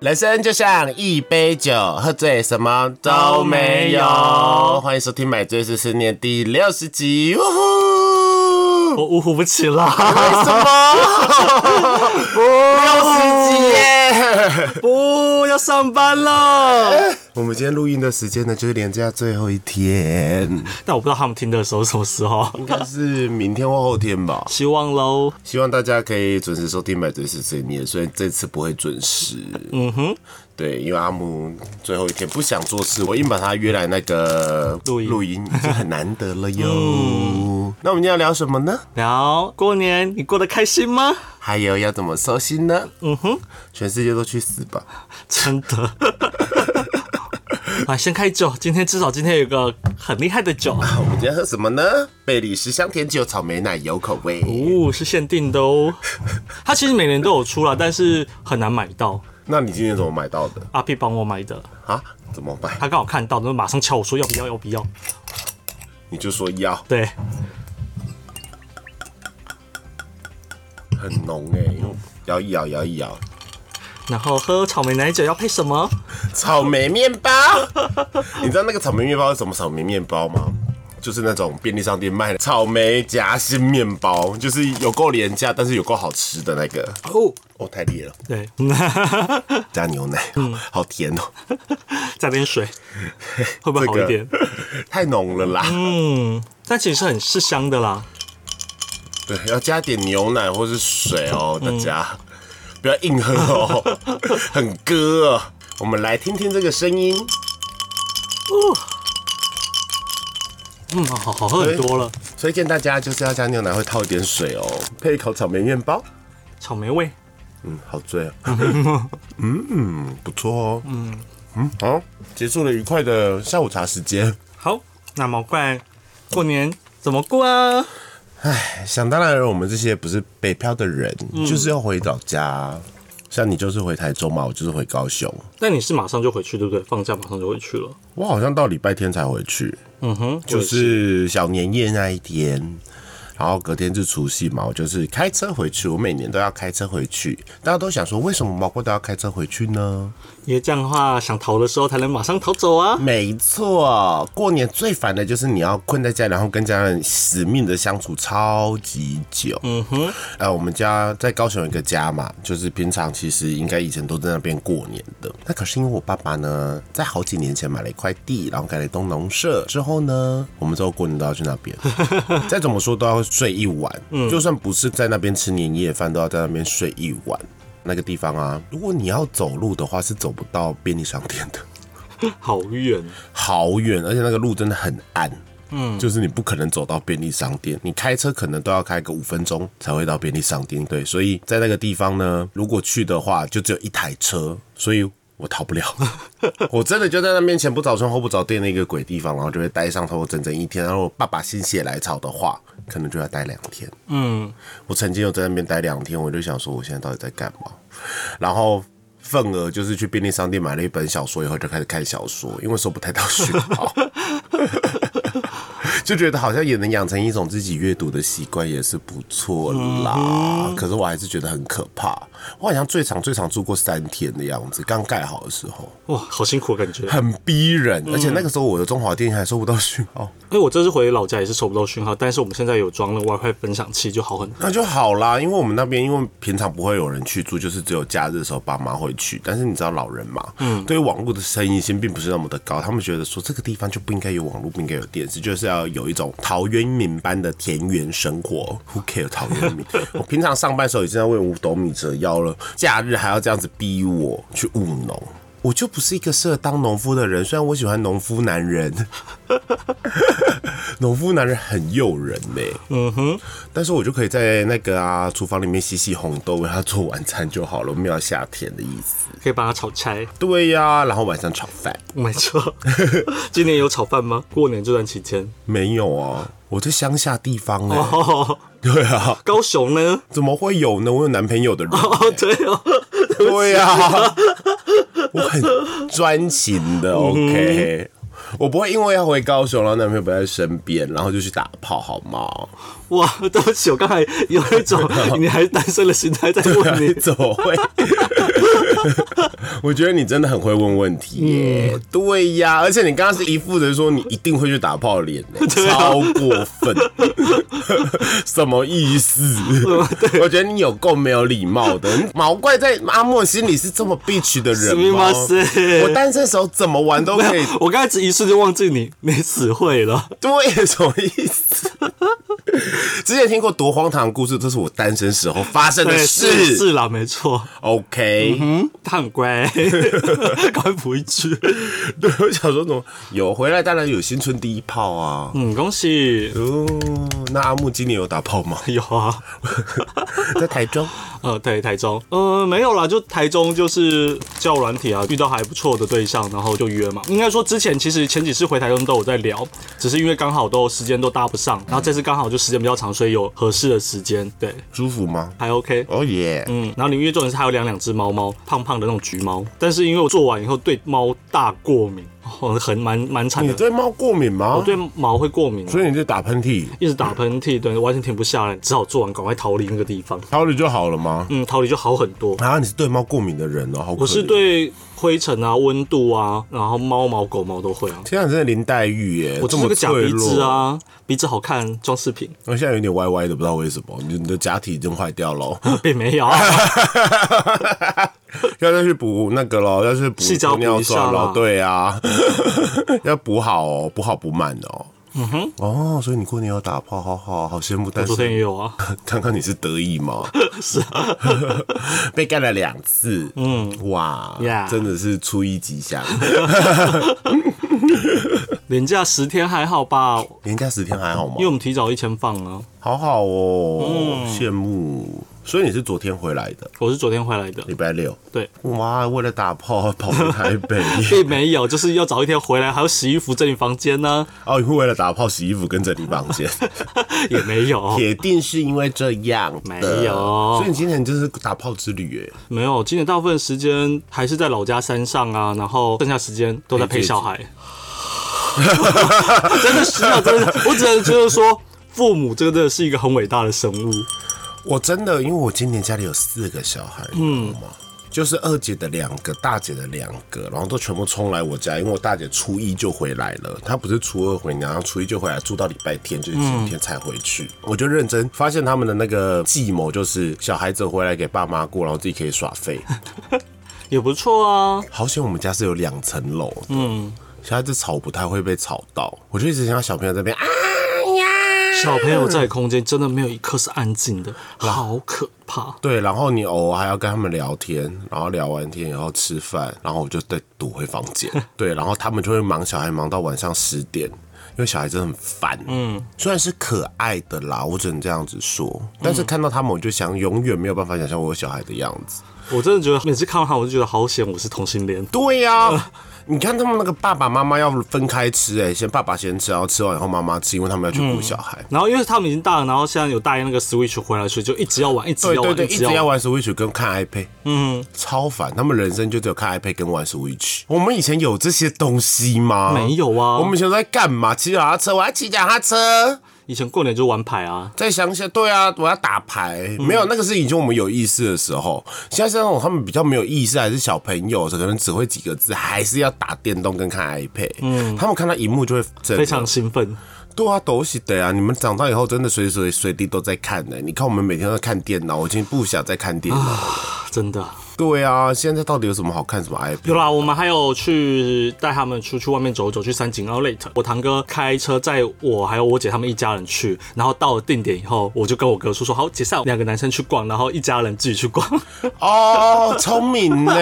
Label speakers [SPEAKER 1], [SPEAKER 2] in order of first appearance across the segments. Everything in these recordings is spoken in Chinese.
[SPEAKER 1] 人生就像一杯酒，喝醉什么都没有。欢迎收听《买醉碎碎念》第六十集。呜呼！
[SPEAKER 2] 我呜呼不起了，
[SPEAKER 1] 为什么？ 六十集耶！
[SPEAKER 2] 不哦要上班了。
[SPEAKER 1] 我们今天录音的时间呢，就是连假最后一天，
[SPEAKER 2] 但我不知道他们听的时候是什么时候，
[SPEAKER 1] 应该是明天或后天吧。
[SPEAKER 2] 希望喽。
[SPEAKER 1] 希望大家可以准时收听《买醉碎碎念》，虽然这次不会准时。嗯哼，对，因为阿木最后一天不想做事，我硬把他约来那个
[SPEAKER 2] 录音
[SPEAKER 1] 录音嗯已经很难得了哟。那我们今天要聊什么呢？
[SPEAKER 2] 聊过年，你过得开心吗？
[SPEAKER 1] 还有要怎么收心呢？嗯哼，全世界都去死吧！
[SPEAKER 2] 真的。 来，先开酒。今天至少今天有个很厉害的 酒，
[SPEAKER 1] 我们今天喝什么呢？贝里斯香甜酒草莓奶油口味。
[SPEAKER 2] 哦，是限定的哦。它其实每年都有出啦，但是很难买到。
[SPEAKER 1] 那你今天怎么买到的
[SPEAKER 2] 阿 P 帮我买的，
[SPEAKER 1] 啊？怎么买？
[SPEAKER 2] 他刚好看到，然后马上敲我说要不要要不要。
[SPEAKER 1] 你就说要，
[SPEAKER 2] 对，
[SPEAKER 1] 很浓哎、摇一摇，摇一摇。
[SPEAKER 2] 然后喝草莓奶酒要配什么？
[SPEAKER 1] 草莓面包，你知道那个草莓面包是什么草莓面包吗？就是那种便利商店卖的草莓夹心面包，就是有够廉价，但是有够好吃的那个。
[SPEAKER 2] 哦，
[SPEAKER 1] 哦，太烈了，
[SPEAKER 2] 对，
[SPEAKER 1] 加牛奶，
[SPEAKER 2] 嗯
[SPEAKER 1] 好甜哦，
[SPEAKER 2] 加 点水，会不会 好一点？ 嗯
[SPEAKER 1] 这个太浓了啦。
[SPEAKER 2] 但其实很是香的啦。
[SPEAKER 1] 对，要加点牛奶或是水哦，
[SPEAKER 2] 嗯
[SPEAKER 1] 大家、不要硬喝 哦，很割、哦。我们来听听这个声音，
[SPEAKER 2] 嗯，好好喝很多了，
[SPEAKER 1] 推荐大家就是要加牛奶，会套一点水哦，配一口草莓面包。
[SPEAKER 2] 草莓味。
[SPEAKER 1] 嗯，好醉啊！嗯嗯，不错哦。嗯嗯，好，结束了愉快的下午茶时间。
[SPEAKER 2] 好，那毛怪过年怎么过啊？
[SPEAKER 1] 想当然了，我们这些不是北漂的人，就是要回老家。像你就是回台中嘛，我就是回高雄。
[SPEAKER 2] 那你是马上就回去对不对？放假马上就回去了。
[SPEAKER 1] 我好像到礼拜天才回去，
[SPEAKER 2] 嗯哼，
[SPEAKER 1] 就
[SPEAKER 2] 我也
[SPEAKER 1] 是小年夜那一天。然后隔天是除夕嘛，我就是开车回去。我每年都要开车回去，大家都想说，为什么毛怪都要开车回去呢？
[SPEAKER 2] 因为这样的话，想逃的时候才能马上逃走啊。
[SPEAKER 1] 没错，过年最烦的就是你要困在家，然后跟家人死命的相处超级久。嗯哼，呃，我们家在高雄有一个家嘛，就是平常其实应该以前都在那边过年的。那可是因为我爸爸呢，在好几年前买了一块地，然后改了东农舍之后呢，我们之后过年都要去那 边，再怎么说都要睡一晚，就算不是在那边吃年夜饭，都要在那边睡一晚。那个地方啊，如果你要走路的话，是走不到便利商店的。
[SPEAKER 2] 好远，
[SPEAKER 1] 好嗯远，而且那个路真的很暗。嗯，就是你不可能走到便利商店，你开车可能都要开个五分钟才会到便利商店。对，所以在那个地方呢，如果去的话，就只有一台车，所以我逃不了。我真的就在那面前不着村后不着店的一个鬼地方，然后就会待上头整整一天。然后我爸爸心血来潮的话，可能就要待两天。我曾经有在那边待两天，我就想说我现在到底在干嘛？然后份额就是去便利商店买了一本小说，以后就开始看小说，因为收不太到讯号， 就觉得好像也能养成一种自己阅读的习惯，也是不错啦。可是我还是觉得很可怕，我好像最长最长住过三天的样子，刚盖好的时候，
[SPEAKER 2] 哇，好辛苦的感觉。
[SPEAKER 1] 很逼人，而且那个时候我的中华电信还收不到讯号。
[SPEAKER 2] 哎，我这次回老家也是收不到讯号，但是我们现在有装了 WiFi 分享器，就好很多。
[SPEAKER 1] 那就好啦，因为我们那边因为平常不会有人去住，就是只有假日的时候爸妈会去。但是你知道老人嘛，嗯，对于网络的生意性并不是那么的高，他们觉得说这个地方就不应该有网络，不应该有电视，就是要有一种陶渊明般的田园生活。Who care 陶渊明？我平常上班的时候已经在为五斗米折腰了，假日还要这样子逼我去务农。我就不是一个适合当农夫的人，虽然我喜欢农夫男人， 农夫男人很诱人呢、但是我就可以在那个啊厨房里面洗洗红豆，为他做晚餐就好了，我没有夏天的意思。
[SPEAKER 2] 可以把它炒拆，
[SPEAKER 1] 对呀、然后晚上炒饭
[SPEAKER 2] 没错。今年有炒饭吗？过年这段期间，
[SPEAKER 1] 没有啊？我在乡下地方哎、
[SPEAKER 2] 哦，
[SPEAKER 1] 对啊，
[SPEAKER 2] 高雄呢？
[SPEAKER 1] 怎么会有呢？我有男朋友的人，
[SPEAKER 2] 哦，对哦，嗯
[SPEAKER 1] 对啊，我很专情的，OK。我不会因为要回高雄，然后男朋友不在身边，然后就去打炮，好吗？
[SPEAKER 2] 哇，对不起，我刚才有一种你还是单身的心态在问你。
[SPEAKER 1] 怎么会？我觉得你真的很会问问题耶。对呀，而且你刚刚是一副着说你一定会去打炮脸耶、
[SPEAKER 2] 啊
[SPEAKER 1] 超过分， 什么意思？我觉得你有够没有礼貌的。毛怪在阿莫心里是这么 bitch 的人吗？
[SPEAKER 2] すみません
[SPEAKER 1] 我单身时候怎么玩都可以。
[SPEAKER 2] 我刚才只一瞬间忘记你，你死会了。
[SPEAKER 1] 对，什么意思？ 之前听过多荒唐的故事，这是我单身时候发生的
[SPEAKER 2] 对，是
[SPEAKER 1] 事。
[SPEAKER 2] 是啦，没错。
[SPEAKER 1] OK，、
[SPEAKER 2] 嗯，他很乖，赶快补一句。
[SPEAKER 1] 对，我想说怎么有回来，当然有新春第一炮啊。
[SPEAKER 2] 嗯，恭喜。
[SPEAKER 1] 哦，那阿木今年有打炮吗？
[SPEAKER 2] 有啊，
[SPEAKER 1] 在台中，
[SPEAKER 2] 呃，对，台中，呃，没有啦，就台中就是交友软体啊，遇到还不错的对象，然后就约嘛。应该说之前其实前几次回台中都有在聊，只是因为刚好都时间都搭不上，然后这次刚好就时间比较长，所以有合适的时间，对，
[SPEAKER 1] 舒服吗？
[SPEAKER 2] 还 OK。
[SPEAKER 1] 哦耶！
[SPEAKER 2] 嗯，然后里面重点是还有两两只猫猫，胖胖的那种橘猫，但是因为我做完以后对猫大过敏，哦、很蛮蛮惨
[SPEAKER 1] 你
[SPEAKER 2] 的，
[SPEAKER 1] 对猫过敏吗？
[SPEAKER 2] 我对毛会过敏啊、
[SPEAKER 1] 所以你就打喷嚏，
[SPEAKER 2] 一直打喷嚏，对，完全停不下来，只好做完赶快逃离那个地方。
[SPEAKER 1] 逃离就好了吗？
[SPEAKER 2] 嗯，逃离就好很多。
[SPEAKER 1] 啊，你是对猫过敏的人哦，好可怜。
[SPEAKER 2] 我是对灰尘啊、温度啊，然后猫毛、狗毛都会啊。
[SPEAKER 1] 天啊，你真的林黛玉耶，
[SPEAKER 2] 我
[SPEAKER 1] 这
[SPEAKER 2] 就是
[SPEAKER 1] 么
[SPEAKER 2] 个假
[SPEAKER 1] 脆
[SPEAKER 2] 鼻
[SPEAKER 1] 弱
[SPEAKER 2] 子！啊，鼻子好看，装饰品
[SPEAKER 1] 我现在有点歪歪的，不知道为什么，你你的假体已经坏掉了，哦
[SPEAKER 2] 并没有啊。
[SPEAKER 1] 要再去补那个咯，要去补
[SPEAKER 2] 细胶
[SPEAKER 1] 玻
[SPEAKER 2] 补
[SPEAKER 1] 尿
[SPEAKER 2] 一下
[SPEAKER 1] 酸咯
[SPEAKER 2] 啦
[SPEAKER 1] 对啊， 要补好哦，补好补满哦。嗯哼，哦，所以你过年有打炮，好好好羡慕，但
[SPEAKER 2] 昨天
[SPEAKER 1] 是
[SPEAKER 2] 也有啊，
[SPEAKER 1] 刚刚你是得意吗？是啊， 被干了两次，嗯，哇
[SPEAKER 2] Yeah
[SPEAKER 1] 真的是初一吉 祥，
[SPEAKER 2] 连假十天还好吧？
[SPEAKER 1] 连假十天还好吗
[SPEAKER 2] 因为？我们提早一天放啊。
[SPEAKER 1] 好好
[SPEAKER 2] 嗯
[SPEAKER 1] 哦，羡慕。所以你是昨天回来的，
[SPEAKER 2] 我是昨天回来的，
[SPEAKER 1] 礼拜六，
[SPEAKER 2] 对，
[SPEAKER 1] 哇，为了打炮跑回台 北，
[SPEAKER 2] 并没有，就是要早一天回来，还要洗衣服整理房间呢、
[SPEAKER 1] 哦，你会为了打炮洗衣服跟着你房间。
[SPEAKER 2] 也没有，
[SPEAKER 1] 铁定是因为这样的，
[SPEAKER 2] 没有
[SPEAKER 1] 所以你今天就是打炮之旅哎，
[SPEAKER 2] 没有。今年大部分时间还是在老家山上啊，然后剩下时间都在陪 小孩。真的是啊，真的，我只能觉得说，父母真的是一个很伟大的生物。
[SPEAKER 1] 我真的因为我今年家里有四个小孩，嗯吗？就是二姐的两个，大姐的两个，然后都全部冲来我家，因为我大姐初一就回来了，她不是初二回娘，然后初一就回来，住到礼拜天，就是今天才回去。我就认真发现他们的那个计谋，就是小孩子回来给爸妈过，然后自己可以耍废。
[SPEAKER 2] 也不错啊，
[SPEAKER 1] 好险我们家是有两层楼，嗯，小孩子吵不太会被吵到，我就一直想到小朋友在那边啊呀，
[SPEAKER 2] 小朋友在的空间真的没有一刻是安静的，好可怕。
[SPEAKER 1] 对，然后你偶尔还要跟他们聊天，然后聊完天以后吃饭，然后我就再躲回房 间。对，然后他们就会忙小孩，忙到晚上十点，因为小孩真的很烦。嗯，虽然是可爱的啦，我只能这样子说，但是看到他们，我就想永远没有办法想象我有小孩的样子。
[SPEAKER 2] 我真的觉得每次看到他，我就觉得好险，我是同性恋。
[SPEAKER 1] 对呀、你看他们那个爸爸妈妈要分开吃、哎，先爸爸先吃，然后吃完以后妈妈吃，因为他们要去顾小孩。
[SPEAKER 2] 然后因为他们已经大了，然后现在有大一那个 Switch 回来，所以就一直要玩，一直
[SPEAKER 1] 对
[SPEAKER 2] 要玩，
[SPEAKER 1] 对对，一直
[SPEAKER 2] 要
[SPEAKER 1] 要玩
[SPEAKER 2] 玩。
[SPEAKER 1] Switch 跟看 iPad，嗯，超烦。他们人生就只有看 iPad 跟玩 Switch。我们以前有这些东西吗？
[SPEAKER 2] 没。有啊，
[SPEAKER 1] 我们以前都在干嘛？骑脚踏车，我要骑脚踏车。
[SPEAKER 2] 以前过年就玩牌啊，
[SPEAKER 1] 再想想，对啊，我要打牌。
[SPEAKER 2] 嗯
[SPEAKER 1] 没有，那个是以前我们有意识的时候。现在是那种他们比较没有意识，还是小朋友，可能只会几个字，还是要打电动跟看 iPad。嗯，他们看到荧幕就会整
[SPEAKER 2] 非常兴奋。
[SPEAKER 1] 对啊，都是的啊！你们长大以后真的随时随地都在看呢、你看我们每天都在看电脑，我已经不想再看电脑
[SPEAKER 2] 啊
[SPEAKER 1] 了。
[SPEAKER 2] 真的
[SPEAKER 1] 对啊，现在到底有什么好看什么 iPad？
[SPEAKER 2] 有啦，我们还有去带他们出去外面走走，去三井 Outlet。我堂哥开车载我还有我姐他们一家人去，然后到了定点以后，我就跟我哥说说好，解散两个男生去逛，然后一家人自己 去逛。啊
[SPEAKER 1] 哦，聪明呢，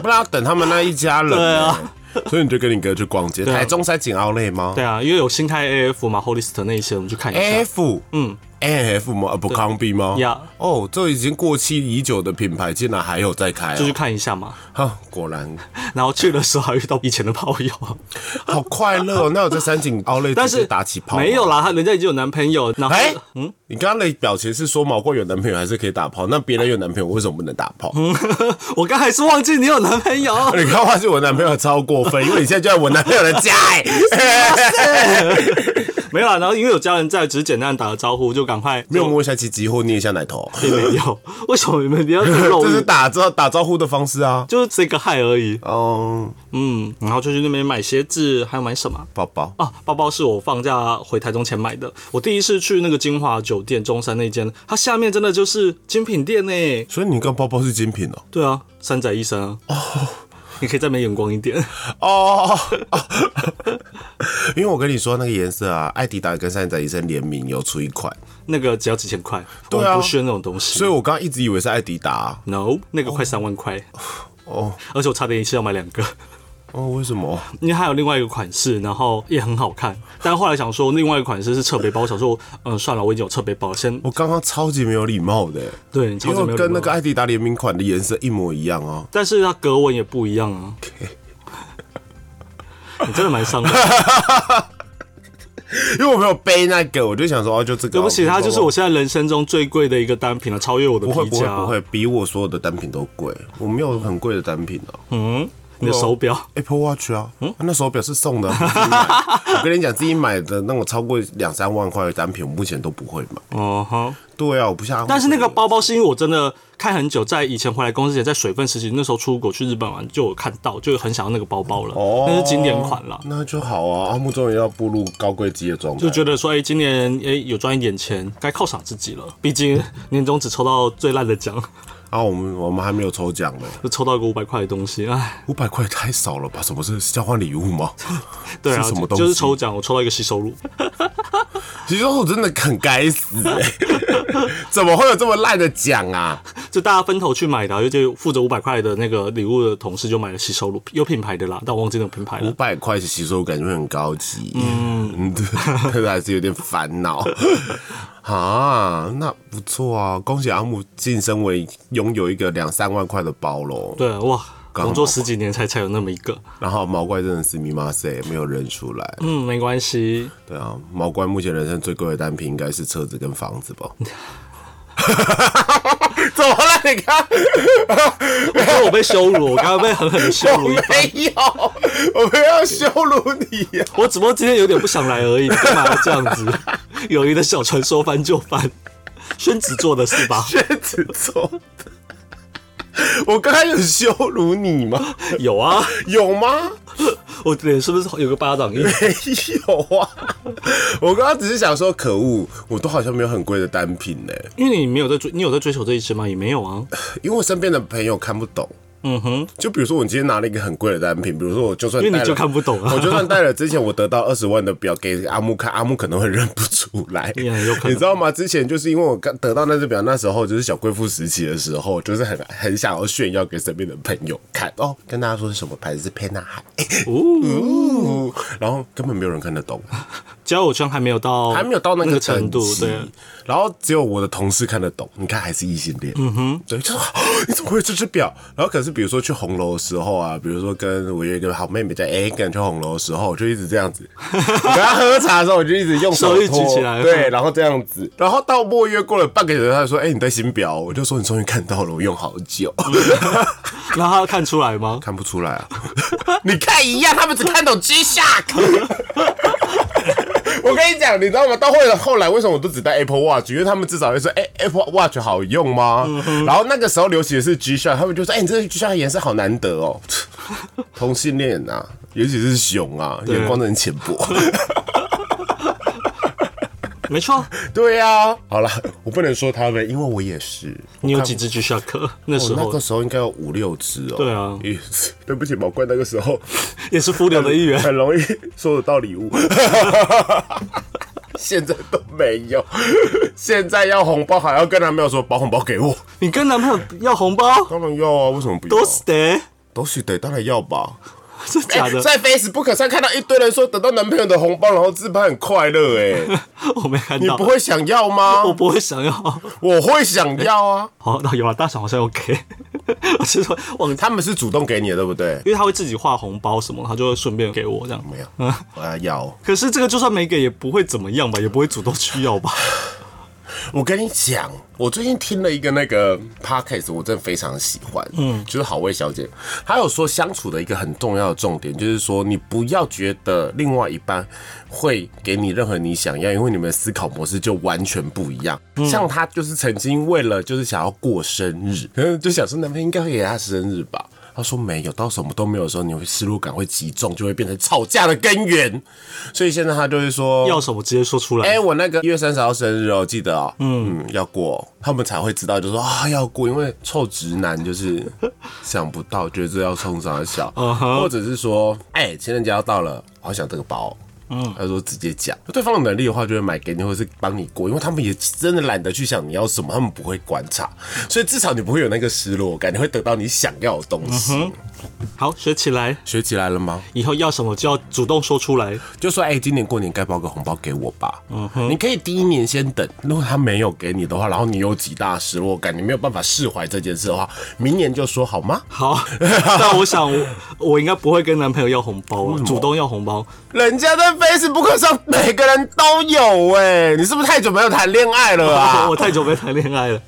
[SPEAKER 1] 不然要等他们那一家人。
[SPEAKER 2] 对啊，
[SPEAKER 1] 所以你就跟你哥去逛街，
[SPEAKER 2] 啊
[SPEAKER 1] 台中三井奥莱吗
[SPEAKER 2] 对啊，因为有新开 AF 嘛，Holy s t 那一些，我们去看一下。
[SPEAKER 1] ？F，嗯， N F 吗？啊不康 B 吗？
[SPEAKER 2] 呀
[SPEAKER 1] 哦，这已经过期已久的品牌，竟然还有在开、哦，
[SPEAKER 2] 就去看一下嘛。
[SPEAKER 1] 哈，果然
[SPEAKER 2] 然后去的时候还遇到以前的炮 友，
[SPEAKER 1] 好快乐、哦。那我在山景奥莱，
[SPEAKER 2] 但是
[SPEAKER 1] 打起炮吗啊
[SPEAKER 2] 没有。啦，他人家已经有男朋友，然后、
[SPEAKER 1] 哎、嗯，你刚刚的表情是说毛怪有男朋友还是可以打炮？那别人有男朋友为什么不能打炮？
[SPEAKER 2] 嗯我刚还是忘记你有男朋友。
[SPEAKER 1] 你刚发现我男朋友超过分，因为你现在就在我男朋友的家、哎欸，
[SPEAKER 2] 没有啦，啊然后因为有家人在，只是简单地打个招呼就赶快
[SPEAKER 1] 没有摸一下鸡鸡或捏一下奶头，
[SPEAKER 2] 也没有， 为什么你们一定要这么肉
[SPEAKER 1] 这是
[SPEAKER 2] 欲？
[SPEAKER 1] 打招打招呼的方式啊。
[SPEAKER 2] 就是 say 个 hi 而已，
[SPEAKER 1] 哦，
[SPEAKER 2] 嗯，然后就去那边买鞋子，还有买什么？
[SPEAKER 1] 宝宝，
[SPEAKER 2] 啊，包包是我放假回台中前买的。我第一次去那个金华酒店中山那间，它下面真的就是精品店呢。
[SPEAKER 1] 所以你跟包包是精品哦。
[SPEAKER 2] 对啊，山仔医生啊。哦。你可以再没眼光一点，
[SPEAKER 1] 哦， 因为我跟你说那个颜色啊，艾迪达跟山仔医生联名有出一款，
[SPEAKER 2] 那个只要几千块，
[SPEAKER 1] 对啊
[SPEAKER 2] 我们不缺那种东西。
[SPEAKER 1] 所以我刚刚一直以为是艾迪达、啊
[SPEAKER 2] no，那个快三万块，
[SPEAKER 1] 哦
[SPEAKER 2] 而且我差点一次要买两个，
[SPEAKER 1] 哦，为什么？
[SPEAKER 2] 因为它有另外一个款式，然后也很好看，但后来想说另外一个款式是侧背包，我想说嗯算了，我已经有侧背包了，先
[SPEAKER 1] 我刚刚超级没有礼貌的，
[SPEAKER 2] 对，
[SPEAKER 1] 因
[SPEAKER 2] 超级没
[SPEAKER 1] 为
[SPEAKER 2] 有
[SPEAKER 1] 跟那
[SPEAKER 2] 礼貌
[SPEAKER 1] 个艾迪达联名款的颜色一模一样哦。
[SPEAKER 2] 但是它格纹也不一样啊。你真的 蛮伤感。
[SPEAKER 1] 因为我没有背那个，我就想说哦，就这个。
[SPEAKER 2] 对不起，它就是我
[SPEAKER 1] 不
[SPEAKER 2] 现在人生中最贵的一个单品了，啊超越我的
[SPEAKER 1] 不会
[SPEAKER 2] 皮
[SPEAKER 1] 不会
[SPEAKER 2] 夹。
[SPEAKER 1] 不会，比我所有的单品都贵，我没有很贵的单品哦。
[SPEAKER 2] 嗯，你的手表
[SPEAKER 1] Apple Watch 啊，那手表是送的啊，不是自己 买的我跟你讲，自己买的那种超过两三万块的单品，我目前都不会买。
[SPEAKER 2] 哦哈。
[SPEAKER 1] 对啊，我不像。
[SPEAKER 2] 但是那个包包是因为我真的看很久，在以前回来公司前，在水分时期，那时候出国去日本玩就有看到，就很想要那个包包了。
[SPEAKER 1] 哦
[SPEAKER 2] 那是经典款啦。
[SPEAKER 1] 那就好啊，阿木终于要步入高贵级的状态
[SPEAKER 2] 就。觉得说，哎、今年哎、有赚一点钱，该犒赏自己了。毕竟 年终只抽到最烂的奖，
[SPEAKER 1] 啊，我们我们还没有抽奖呢，
[SPEAKER 2] 就抽到一个五百块的东西，哎，
[SPEAKER 1] 五百块太少了吧？什么是交换礼物吗？
[SPEAKER 2] 对啊，
[SPEAKER 1] 是什么东西
[SPEAKER 2] 就是抽奖，我抽到一个吸收乳，
[SPEAKER 1] 其实我真的很该死、欸，怎么会有这么烂的奖啊？
[SPEAKER 2] 就大家分头去买的、啊，就就负责五百块的那个礼物的同事就买了吸收乳，有品牌的啦，但我忘记那个品牌
[SPEAKER 1] 五
[SPEAKER 2] 了。
[SPEAKER 1] 百块的吸收感觉会很高级，嗯，对，但是还是有点烦恼啊。那不错啊，恭喜阿木晋升为拥有一个两三万块的包喽。
[SPEAKER 2] 对，啊哇，
[SPEAKER 1] 刚好
[SPEAKER 2] 工作十几年才才有那么一个，
[SPEAKER 1] 然后毛怪真的是密码谁欸没有认出来。
[SPEAKER 2] 嗯，没关系，
[SPEAKER 1] 对啊，毛怪目前人生最贵的单品应该是车子跟房子吧？ 怎么了？你看，
[SPEAKER 2] 我觉得我被羞辱，我刚刚被狠狠的羞
[SPEAKER 1] 我
[SPEAKER 2] 辱一番，
[SPEAKER 1] 没有，我没有要羞辱你呀、啊
[SPEAKER 2] 我只不过今天有点不想来而已，你干嘛要这样子？ 友谊的小船说翻就翻， 宣子做的是吧？
[SPEAKER 1] 天子座的。我刚才有羞辱你吗？
[SPEAKER 2] 有啊，
[SPEAKER 1] 有吗？
[SPEAKER 2] 我脸哦是不是有个巴掌印？
[SPEAKER 1] 没有啊！我刚刚只是想说，可恶，我都好像没有很贵的单品呢、
[SPEAKER 2] 因为你没有在追，你有在追求这一只吗？也没有啊。
[SPEAKER 1] 因为我身边的朋友看不懂。
[SPEAKER 2] 嗯哼，
[SPEAKER 1] 就比如说，我今天拿了一个很贵的单品，比如说我就算
[SPEAKER 2] 因为
[SPEAKER 1] 戴了
[SPEAKER 2] 你就看不懂啊
[SPEAKER 1] 我就算戴了之前我得到二十万的表给阿木看，阿木可能会 认不出 来，
[SPEAKER 2] 呀有可能
[SPEAKER 1] 你知道吗？之前就是因为我刚得到那只表，那时候就是小贵妇时期的时候，就是很很想要炫耀给身边的朋友看哦，跟大家说是什么牌子是沛纳海，
[SPEAKER 2] 哦，
[SPEAKER 1] 呜， 然后根本没有人看得懂，
[SPEAKER 2] 交友圈还没有到，
[SPEAKER 1] 还没有到哦那
[SPEAKER 2] 个
[SPEAKER 1] 个
[SPEAKER 2] 程度，
[SPEAKER 1] 级
[SPEAKER 2] 对。啊
[SPEAKER 1] 然后只有我的同事看得懂，你看还是异性恋，嗯哼，对，就说 哦你怎么会有这只表？然后可是比如说去红楼的时候啊，比如说跟我有一个好妹妹叫 A 跟去红楼的时候，我就一直这样 子，我跟她喝茶的时候，我就一直用
[SPEAKER 2] 手一
[SPEAKER 1] 托
[SPEAKER 2] 举起来
[SPEAKER 1] 对，然后这样子，然后到莫约过了半个小时，她就说：“哎、你戴新表？”我就说：“你终于看到了，我用好久。
[SPEAKER 2] 然后他看出来吗？
[SPEAKER 1] 看不出来 啊！你看一样，他们只看懂 G Shock。我跟你讲，你知道吗？到后来后来，为什么我都只戴 Apple Watch？因为他们至少会说，哎、a p p l e Watch 好用吗？ 然后那个时候流行的是 G Shock，他们就说，哎、你这 G Shock 颜色好难得 哦。同性恋呐、啊，尤其是熊啊，眼光真的很浅 薄。
[SPEAKER 2] 没错，
[SPEAKER 1] 对呀、啊，好了，我不能说他们，因为我也是。
[SPEAKER 2] 你有几只 G Shock？那时
[SPEAKER 1] 我哦那
[SPEAKER 2] 候
[SPEAKER 1] 个时候应该有五六只哦。
[SPEAKER 2] 对啊
[SPEAKER 1] 也是，对不起，毛怪，那个时候
[SPEAKER 2] 也是浮流的一 员。
[SPEAKER 1] 很容易收得到礼物。现在都没有，现在要红包还要跟男朋友说把红包给我，
[SPEAKER 2] 你跟男朋友要红包？
[SPEAKER 1] 当然要啊，为什么不要
[SPEAKER 2] 多？死的！
[SPEAKER 1] 都是得，当然要吧。
[SPEAKER 2] 是假的，
[SPEAKER 1] 哎在 Facebook 上看到一堆人说得到男朋友的红包，然后自拍很快乐， 哎，
[SPEAKER 2] 我没看
[SPEAKER 1] 你
[SPEAKER 2] 到
[SPEAKER 1] 不，会想要吗？
[SPEAKER 2] 我不会想要。
[SPEAKER 1] 我会想要啊，
[SPEAKER 2] 好，那有啊，大赏好像有给， 我是说忘记，
[SPEAKER 1] 他们是主动给你的，对不对？
[SPEAKER 2] 因为他会自己画红包什么，他就会顺便给我这样。嗯
[SPEAKER 1] 没有，我要要哦。
[SPEAKER 2] 可是这个就算没给也不会怎么样吧，也不会主动去 要吧。
[SPEAKER 1] 我跟你讲，我最近听了一个那个 podcast，我真的非常喜欢，嗯，就是好味小姐，她有说相处的一个很重要的重点，就是说你不要觉得另外一半会给你任何你想要，因为你们的思考模式就完全不一样。像她就是曾经为了就是想要过生日， 嗯，就想说男朋友应该会给她生日吧。她说没有，到什么都没有的时候，你会失落感会集中，就会变成吵架的根源。所以现在她就会说，
[SPEAKER 2] 要什么直接说出来。
[SPEAKER 1] 哎、我那个一月三十号生日哦，记得哦，嗯要过哦，他们才会知道，就说啊要过，因为臭直男就是想不到，觉得这要冲啥小或者是说，哎、情人节要到了，好想这个包哦。嗯，他说直接讲，对方有能力的话就会买给你，或者是帮你过，因为他们也真的懒得去想你要什么，他们不会观察，所以至少你不会有那个失落感，你会得到你想要的东西。
[SPEAKER 2] 好，学起来，
[SPEAKER 1] 学起来了吗？
[SPEAKER 2] 以后要什么就要主动说出来。
[SPEAKER 1] 就说哎、今年过年该包个红包给我吧。嗯哼，你可以第一年先等，如果他没有给你的话，然后你有极大失落感，你没有办法释怀这件事的话，明年就说好 吗？
[SPEAKER 2] 好，但我想我我应该不会跟男朋友要红包了，主动要红包。
[SPEAKER 1] 人家在 Facebook 上每个人都有哎、你是不是太久没有谈恋爱了啊
[SPEAKER 2] 我？太久没谈恋 爱了。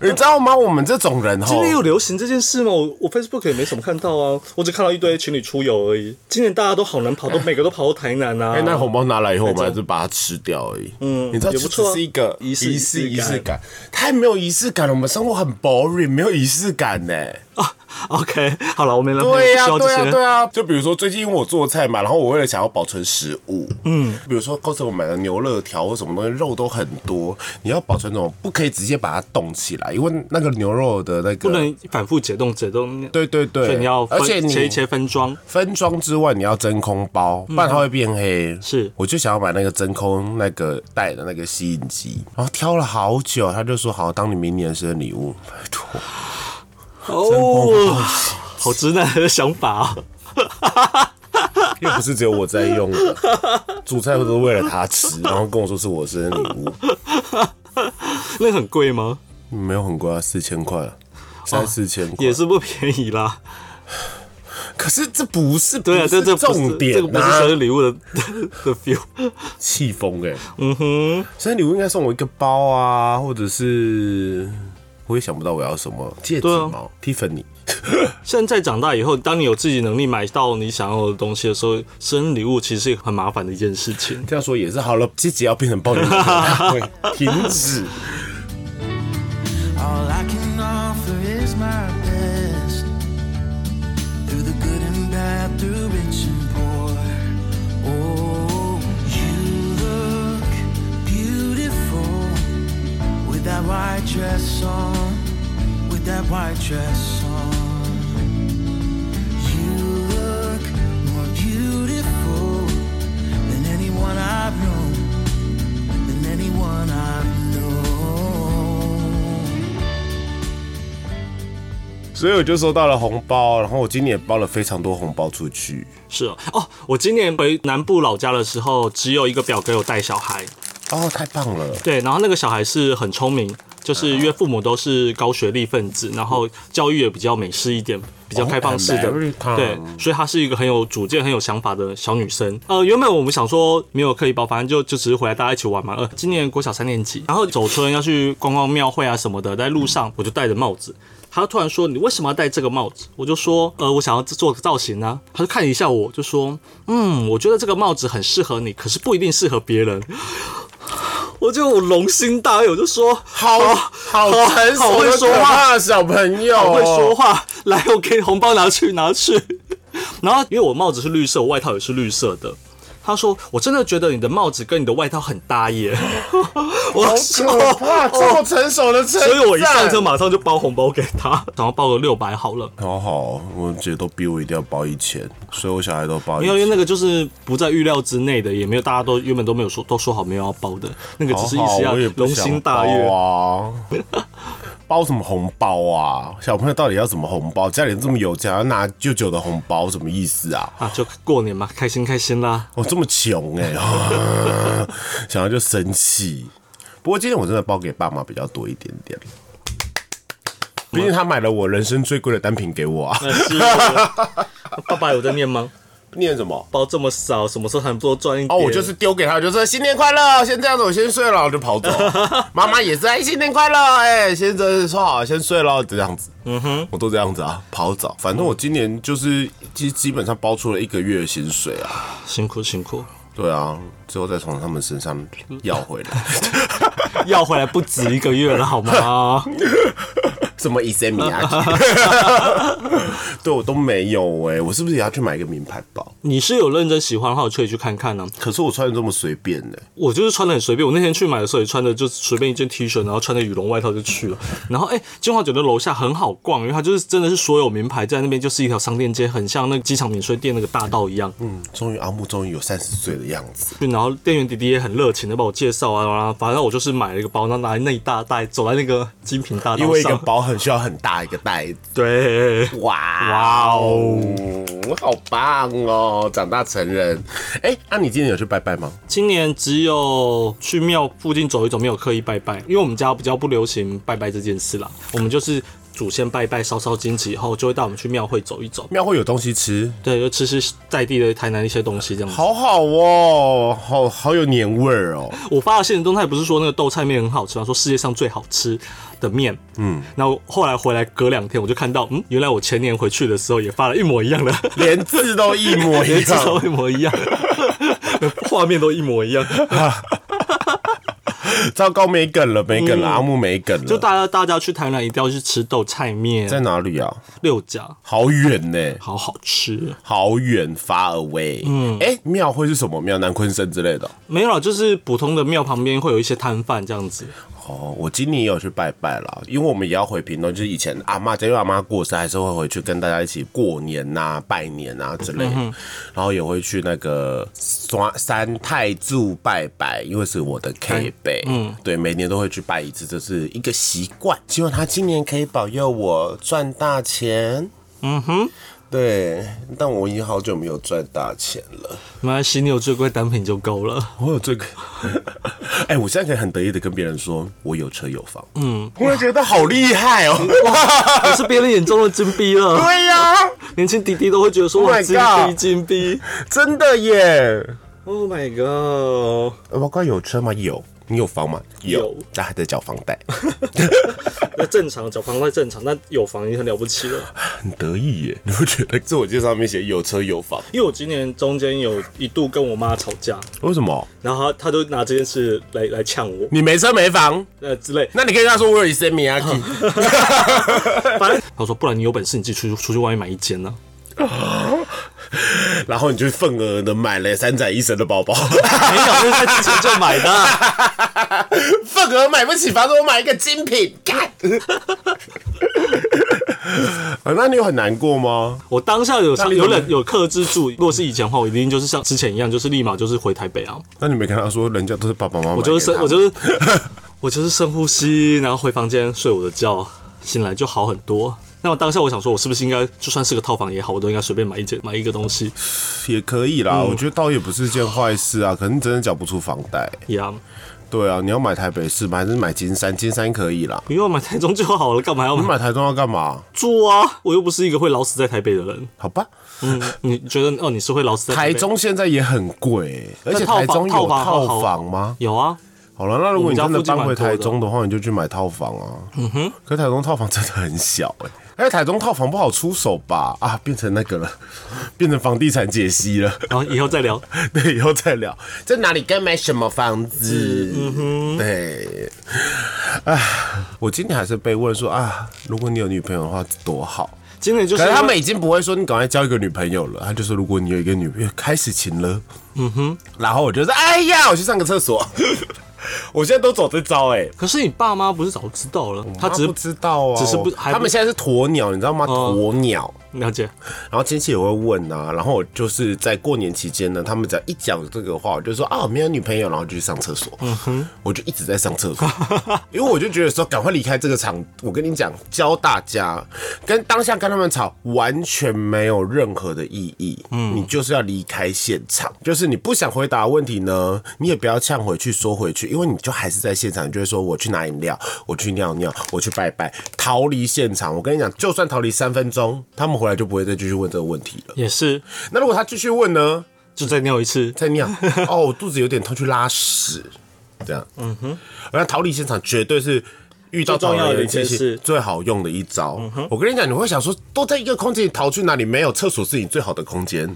[SPEAKER 1] 你知道吗？我们这种人
[SPEAKER 2] 今
[SPEAKER 1] 吼
[SPEAKER 2] 年，有流行这件事吗？我我 Facebook 也没什么看到啊，我只看到一堆情侣出游而已。今年大家都好难跑，都每个都跑到台南啊。
[SPEAKER 1] 哎、那红包拿来以后，我们还是把它吃掉而已。嗯，你知道，
[SPEAKER 2] 也不错啊
[SPEAKER 1] 是一个
[SPEAKER 2] 仪式
[SPEAKER 1] 仪式
[SPEAKER 2] 仪
[SPEAKER 1] 仪
[SPEAKER 2] 式感
[SPEAKER 1] 式感，太没有仪式感了。我们生活很 boring，没有仪式感呢、
[SPEAKER 2] 啊，OK，好了，我没男朋友
[SPEAKER 1] 对
[SPEAKER 2] 不
[SPEAKER 1] 呀、
[SPEAKER 2] 需要这
[SPEAKER 1] 对呀、
[SPEAKER 2] 些。
[SPEAKER 1] 对呀、就比如说最近因为我做菜嘛，然后我为了想要保存食物，嗯，比如说刚才我买的牛肋条或什么东西，肉都很多，你要保存怎么不可以直接把它冻起来，因为那个牛肉的那个。
[SPEAKER 2] 不能反复解冻解冻。
[SPEAKER 1] 对对对，
[SPEAKER 2] 所以你要分
[SPEAKER 1] 而且你
[SPEAKER 2] 切一切 分装。
[SPEAKER 1] 分装之外，你要真空包，不然它会变黑。
[SPEAKER 2] 是
[SPEAKER 1] 我就想要买那个真空那个带的那个吸引机，然后挑了好久，他就说好，当你明年的生日礼物。拜托，
[SPEAKER 2] 哦，好直男的想法啊！
[SPEAKER 1] 又不是只有我在用的，主菜都是为了他吃，然后跟我说是我生日礼物，
[SPEAKER 2] 那个很贵吗？
[SPEAKER 1] 没有很贵啊，四千块啊，三四千块。
[SPEAKER 2] 哦也是不便宜啦。
[SPEAKER 1] 可是这不是
[SPEAKER 2] 对啊，
[SPEAKER 1] 不
[SPEAKER 2] 这
[SPEAKER 1] 是
[SPEAKER 2] 这不是
[SPEAKER 1] 重
[SPEAKER 2] 这个
[SPEAKER 1] 点
[SPEAKER 2] 不是生
[SPEAKER 1] 啊，
[SPEAKER 2] 日礼物的 的 feel。
[SPEAKER 1] 气疯哎，嗯哼，生日礼物应该送我一个包啊，或者是我也想不到我要什么戒指
[SPEAKER 2] 对啊
[SPEAKER 1] 嘛，Tiffany。
[SPEAKER 2] 现在长大以后，当你有自己能力买到你想要的东西的时候，生日礼物其实是很麻烦的一件事情。
[SPEAKER 1] 这样说也是好了，这集要变成爆点大啊 会，停止。
[SPEAKER 3] All I can offer is my best. Through the good and bad, through rich and poor. Oh, you look beautiful with that white dress on. With that white dress on. You look more beautiful than anyone I've known. Than anyone I've known.
[SPEAKER 1] 所以我就收到了红包，然后我今年也包了非常多红包出去。
[SPEAKER 2] 是哦，哦，我今年回南部老家的时候，只有一个表哥有带小孩，
[SPEAKER 1] 哦，太棒了！
[SPEAKER 2] 对，然后那个小孩是很聪明，就是因为父母都是高学历分子，然后教育也比较美式一点，比较开放式的
[SPEAKER 1] American，
[SPEAKER 2] 对，所以她是一个很有主见、很有想法的小女生。呃，原本我们想说没有课一包，反正就就只是回来大家一起玩嘛。呃，今年国小三年级，然后走村要去逛逛庙会啊什么的，在路上我就戴着帽子。她突然说：“你为什么要戴这个帽子？”我就说：“呃，我想要做个造型啊。”她就看了一下我，就说：“嗯，我觉得这个帽子很适合你，可是不一定适合别人。”我就我龙心大悦，我就说
[SPEAKER 1] 好好成
[SPEAKER 2] 哦好
[SPEAKER 1] 熟
[SPEAKER 2] 会
[SPEAKER 1] 的
[SPEAKER 2] 说
[SPEAKER 1] 可
[SPEAKER 2] 话
[SPEAKER 1] 怕的小朋友、
[SPEAKER 2] 好会说。话，来，我给你红包拿去拿去。 然后因为我帽子是绿色，我外套也是绿色的。他说：“我真的觉得你的帽子跟你的外套很搭耶。” 我
[SPEAKER 1] 好可
[SPEAKER 2] 说
[SPEAKER 1] 怕，这么成熟的称赞
[SPEAKER 2] 所以我一上车马上就包红包给他，然后包个六百好了。
[SPEAKER 1] 好好，我姐都逼我一定要包一千，所以我小孩都包一
[SPEAKER 2] 没有，因为
[SPEAKER 1] 千。
[SPEAKER 2] 那个就是不在预料之内的，也没有大家都原本都没有说都说好没有要包的，那个只是一时啊
[SPEAKER 1] 好好
[SPEAKER 2] 要
[SPEAKER 1] 我也不
[SPEAKER 2] 龙
[SPEAKER 1] 想
[SPEAKER 2] 心大悦。
[SPEAKER 1] 包啊！啊 包什么红包啊？小朋友到底要什么红包？家里这么有钱，要拿舅舅的红包，什么意思啊？
[SPEAKER 2] 啊，就过年嘛，开心开心啦。
[SPEAKER 1] 我、这么穷哎、啊 想到就生气。不过今天我真的包给爸妈比较多一点点，毕竟他买了我人生最贵的单品给我啊。
[SPEAKER 2] 那 是 爸爸有在念吗？
[SPEAKER 1] 念什么？
[SPEAKER 2] 包这么少，什么时候还不多赚一
[SPEAKER 1] 哦，
[SPEAKER 2] 点？
[SPEAKER 1] 我就是丢给他，就说新年快乐，先这样子，我先睡了，我就 跑走。妈妈也是，哎，新年快乐，哎，先生说好，先睡了，这样子。嗯哼，我都这样子啊，跑早。反正我今年就是基基本上包出了一个月的薪水啊。
[SPEAKER 2] 辛苦辛苦，
[SPEAKER 1] 对啊，最后再从他们身上要 回来。
[SPEAKER 2] 要回来不止一个月了，好 吗？
[SPEAKER 1] 什么伊森米亚？ 对我都没有哎、我是不是也要去买一个名牌包？
[SPEAKER 2] 你是有认真喜欢的话，我可以去看看呢、
[SPEAKER 1] 可是我穿的这么随便欸呢、
[SPEAKER 2] 我就是穿的很随便，我那天去买的时候也穿的就随便一件 T 恤，然后穿着羽绒外套就去了。然后哎，金华酒店楼下很好逛，因为它就是真的是所有名牌在那边，就是一条商店街，很像那个机场免税店那个大道一样。
[SPEAKER 1] 嗯，终于阿木终于有三十岁的样子。
[SPEAKER 2] 然后店员弟弟也很热情的帮我介绍啊，然后反正我就是买了一个包，然后拿那一大袋走在那个精品大道上，
[SPEAKER 1] 因为一个包很需要很大一个袋子。
[SPEAKER 2] 对，
[SPEAKER 1] 哇哦，好棒哦！长大成人，哎、那、你今天有去拜拜吗？
[SPEAKER 2] 今年只有去庙附近走一走，没有刻意拜拜，因为我们家比较不流行拜拜这件事啦。我们就是祖先拜拜、烧烧金纸以后，就会带我们去庙会走一走。
[SPEAKER 1] 庙会有东西吃，
[SPEAKER 2] 对，就吃吃在地的台南一些东西这样子。
[SPEAKER 1] 好好哦，好好有年味儿 哦。
[SPEAKER 2] 我发的现实动态不是说那个豆菜面很好吃吗？说世界上最好吃的面。嗯，然后后来回来隔两天，我就看到，嗯，原来我前年回去的时候也发了一模一样的，
[SPEAKER 1] 连字都一 模一
[SPEAKER 2] 连字都
[SPEAKER 1] 样，
[SPEAKER 2] 一模一样， 画面都一模 一样。
[SPEAKER 1] 糟糕，没梗了，没梗了，阿木没梗了。
[SPEAKER 2] 就大家大家去台南一定要去吃豆菜面，
[SPEAKER 1] 在哪里啊？
[SPEAKER 2] 六甲
[SPEAKER 1] 好远呢，
[SPEAKER 2] 好好吃。
[SPEAKER 1] 好远，far away。嗯，哎、庙会是什么庙？南昆山之类的。
[SPEAKER 2] 没有啦，就是普通的庙旁边会有一些摊贩这样子。
[SPEAKER 1] 哦，我今年也有去拜拜啦，因为我们也要回屏东，就是以前阿妈家，因为阿妈过世，还是会回去跟大家一起过年呐、拜年啊之类的，然后也会去那个山三太柱拜拜，因为是我的 K 辈，嗯，对，每年都会去拜一次，这是一个习惯，希望他今年可以保佑我赚大钱。
[SPEAKER 2] 嗯哼，
[SPEAKER 1] 对，但我已经好久没有赚大钱了。
[SPEAKER 2] 没关系，你有最贵单品就够 了。
[SPEAKER 1] 我有这个， 哎、我现在可以很得意的跟别人说，我有车有房。嗯，我也觉得好厉害哦。
[SPEAKER 2] 我是别人眼中的金币 了，
[SPEAKER 1] 对呀、
[SPEAKER 2] 年轻弟弟都会觉得说
[SPEAKER 1] Oh
[SPEAKER 2] 哇，
[SPEAKER 1] my
[SPEAKER 2] 金
[SPEAKER 1] God
[SPEAKER 2] 币金币。
[SPEAKER 1] 真的耶。
[SPEAKER 2] Oh my god！
[SPEAKER 1] 包括有车吗？有。你有房吗？
[SPEAKER 2] 有
[SPEAKER 1] 但还在缴房贷，
[SPEAKER 2] 那正常缴房贷正常，那有房已经很了不起了。
[SPEAKER 1] 很得意耶。你会觉得自我介绍上面写有车有房，
[SPEAKER 2] 因为我今年中间有一度跟我妈吵架，
[SPEAKER 1] 为什么？
[SPEAKER 2] 然后她她就拿这件事来来呛我，
[SPEAKER 1] 你没车没房，
[SPEAKER 2] 呃之类。
[SPEAKER 1] 那你可以跟他说我有一些米亚基。
[SPEAKER 2] 反正她说，不然你有本事你自己出去出去外面买一间呢、
[SPEAKER 1] 然后你就份额的买了三宅一生的包 包，
[SPEAKER 2] 没有，就是在之前就买的。
[SPEAKER 1] 份额买不起房子，我买一个精品。干 啊那你有很难过吗？
[SPEAKER 2] 我当下有
[SPEAKER 1] 那你
[SPEAKER 2] 有
[SPEAKER 1] 有没有
[SPEAKER 2] 忍有克制 住，如果是以前的话，我一定就是像之前一样，就是立马就是回台北啊。
[SPEAKER 1] 那你没跟他说，人家都是爸爸妈妈。
[SPEAKER 2] 我就是深，我就是我就是深呼吸，然后回房间睡我的觉，醒来就好很多。那我当下我想说，我是不是应该就算是个套房也好，我都应该随便买一件买一个东西
[SPEAKER 1] 也可以
[SPEAKER 2] 嗯
[SPEAKER 1] 啦，我觉得倒也不是件坏事啊。可能真的缴不出房贷，
[SPEAKER 2] 一样，
[SPEAKER 1] 对啊，你要买台北市吗？还是买金山？金山可以啦。
[SPEAKER 2] 不用买台中就好了，干嘛要
[SPEAKER 1] 你
[SPEAKER 2] 买
[SPEAKER 1] 买台中要干嘛？
[SPEAKER 2] 住啊？我又不是一个会老死在台北的人。
[SPEAKER 1] 好吧，
[SPEAKER 2] 嗯，你觉得哦，你是会老死在
[SPEAKER 1] 台
[SPEAKER 2] 台北？
[SPEAKER 1] 中现在也很贵、而且
[SPEAKER 2] 那套
[SPEAKER 1] 台
[SPEAKER 2] 房
[SPEAKER 1] 中有
[SPEAKER 2] 套房好
[SPEAKER 1] 套房吗？
[SPEAKER 2] 有啊，
[SPEAKER 1] 好了，那如果你
[SPEAKER 2] 我
[SPEAKER 1] 真
[SPEAKER 2] 们家
[SPEAKER 1] 的搬
[SPEAKER 2] 附近
[SPEAKER 1] 回
[SPEAKER 2] 蛮多的
[SPEAKER 1] 台中的话，你就去买套房啊。嗯哼，可台中套房真的很小哎、而且台中套房不好出手吧？啊，变成那个了，变成房地产解析了。
[SPEAKER 2] 然后以后再聊。
[SPEAKER 1] 对，以后再聊，在哪里该买什么房子。嗯哼，对。唉，我今天还是被问说啊，如果你有女朋友的话多好。
[SPEAKER 2] 今年就是
[SPEAKER 1] 可是他
[SPEAKER 2] 因为
[SPEAKER 1] 们已经不会说你赶快交一个女朋友了，他就说如果你有一个女朋友开始情了，嗯哼，然后我就说哎呀，我去上个厕所，
[SPEAKER 4] 我现在都走这招哎、
[SPEAKER 2] 可是你爸妈不是早就知道了，他只
[SPEAKER 1] 妈
[SPEAKER 2] 是
[SPEAKER 1] 不知道啊，
[SPEAKER 2] 只是不
[SPEAKER 1] 我
[SPEAKER 2] 还不
[SPEAKER 1] 他们现在是鸵鸟，你知道吗？
[SPEAKER 2] 哦
[SPEAKER 1] 鸵鸟。
[SPEAKER 2] 了解，
[SPEAKER 1] 然后亲戚也会问啊，然后我就是在过年期间呢，他们只要一讲这个话，我就说啊我没有女朋友，然后就去上厕所，嗯哼，我就一直在上厕所， 因为我就觉得说赶快离开这个场，我跟你讲，教大家跟当下跟他们吵完全没有任何的意义，嗯，你就是要离开现场，就是你不想回答的问题呢，你也不要呛回去说回去，因为你就还是在现场，你就会说我去拿饮料，我去尿尿，我去拜拜，逃离现场。我跟你讲，就算逃离三分钟，他们回来就不会再继续问这个问题了。
[SPEAKER 2] 也是，
[SPEAKER 1] 那如果他继续问呢？
[SPEAKER 2] 就再尿一次，
[SPEAKER 1] 在 尿，哦，我肚子有点痛，去拉屎，这样。嗯哼，而逃离现场绝对是遇到
[SPEAKER 2] 最重要的
[SPEAKER 1] 讨厌
[SPEAKER 2] 一件
[SPEAKER 1] 亲戚
[SPEAKER 2] 事嗯
[SPEAKER 1] 最好用的一招。我跟你讲，你会想说，都在一个空间里逃去哪里？没有，厕所是你最好的空间。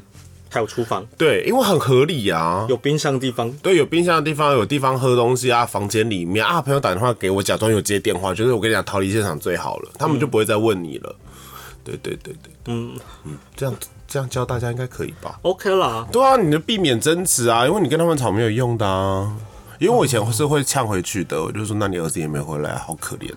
[SPEAKER 2] 还有厨房
[SPEAKER 1] 对，因为很合理啊。
[SPEAKER 2] 有冰箱的地方，
[SPEAKER 1] 对，有冰箱的地方，有地方喝东西啊，房间里面啊，朋友打电话给我，假装有接电话，就是我跟你讲，逃离现场最好了，他们就不会再问你了。对对对对，嗯嗯，这样这样教大家应该可以吧？
[SPEAKER 2] OK 啦，
[SPEAKER 1] 对啊，你就避免争执啊，因为你跟他们吵没有用的啊。因为我以前是会呛回去的，我就说：“那你儿子也没回来，好可怜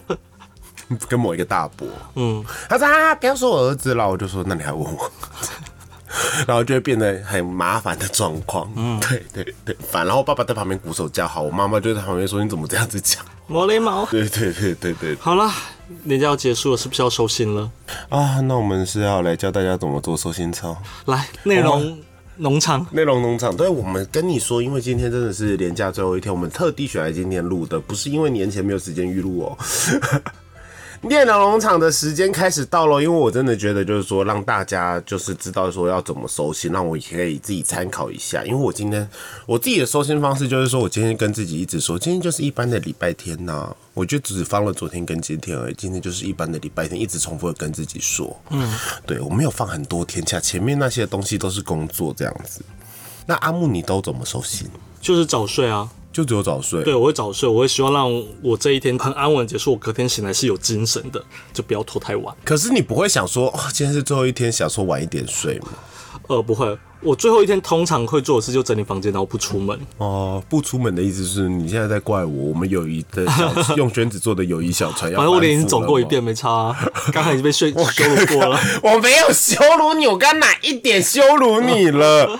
[SPEAKER 1] 哦。” 跟某一个大伯，嗯，他说啊，不要说我儿子了，我就说：“那你还问我？” 然后就会变得很麻烦的状况，嗯，对对对，烦。然后爸爸在旁边鼓手叫好，我妈妈就在旁边说：“你怎么这样子讲
[SPEAKER 2] 毛雷毛？”。
[SPEAKER 1] 对对对对对
[SPEAKER 2] 好啦，年假要结束了，是不是要收心了？
[SPEAKER 1] 啊！那我们是要来教大家怎么做收心操。
[SPEAKER 2] 来，内容农场
[SPEAKER 1] 内容农场，对我们跟你说，因为今天真的是连假最后一天，我们特地选来今天录的，不是因为年前没有时间预录哦。 内容农场的时间开始到了，因为我真的觉得就是说，让大家就是知道说要怎么收心，让我也可以自己参考一下。因为我今天我自己的收心方式就是说，我今天跟自己一直说，今天就是一般的礼拜天呐、我就只放了昨天跟今天而已，今天就是一般的礼拜天，一直重复的跟自己说，嗯，对我没有放很多天假，前面那些东西都是工作这样子。那阿木，你都怎么收心？
[SPEAKER 2] 就是早睡啊。
[SPEAKER 1] 就只有早睡。
[SPEAKER 2] 对，我会早睡，我会希望让我这一天很安稳地结束，我隔天醒来是有精神的，就不要拖太晚。
[SPEAKER 1] 可是你不会想说，哦，今天是最后一天，想说晚一点睡吗？
[SPEAKER 2] 呃，不会，我最后一天通常会做的事就整理房间，然后不出门。
[SPEAKER 1] 哦，不出门的意思是你现在在怪我，我们友谊的小用宣纸做的友谊小船要
[SPEAKER 2] 反正我
[SPEAKER 1] 翻
[SPEAKER 2] 脸已经
[SPEAKER 1] 覆
[SPEAKER 2] 走
[SPEAKER 1] 了
[SPEAKER 2] 过一
[SPEAKER 1] 吗
[SPEAKER 2] 遍，。没差、啊。刚才已经被睡 羞辱过了，
[SPEAKER 1] 我没有羞辱你，我刚哪一点羞辱你了？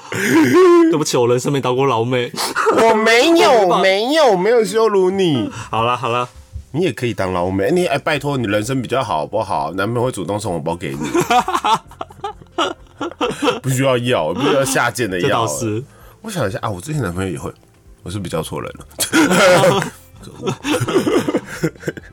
[SPEAKER 2] 对不起，我人生没当过老美。
[SPEAKER 1] 我没
[SPEAKER 2] 我没
[SPEAKER 1] 有，
[SPEAKER 2] 办
[SPEAKER 1] 没有，没有羞辱你。
[SPEAKER 2] 好啦好啦，
[SPEAKER 1] 你也可以当老美，你哎，拜托你人生比较好，好不好？男朋友会主动送红包给 你，不需要要，不需要下贱的
[SPEAKER 2] 这
[SPEAKER 1] 要
[SPEAKER 2] 倒。是。
[SPEAKER 1] 我想一下啊，我之前男朋友也会，我是比较错人了。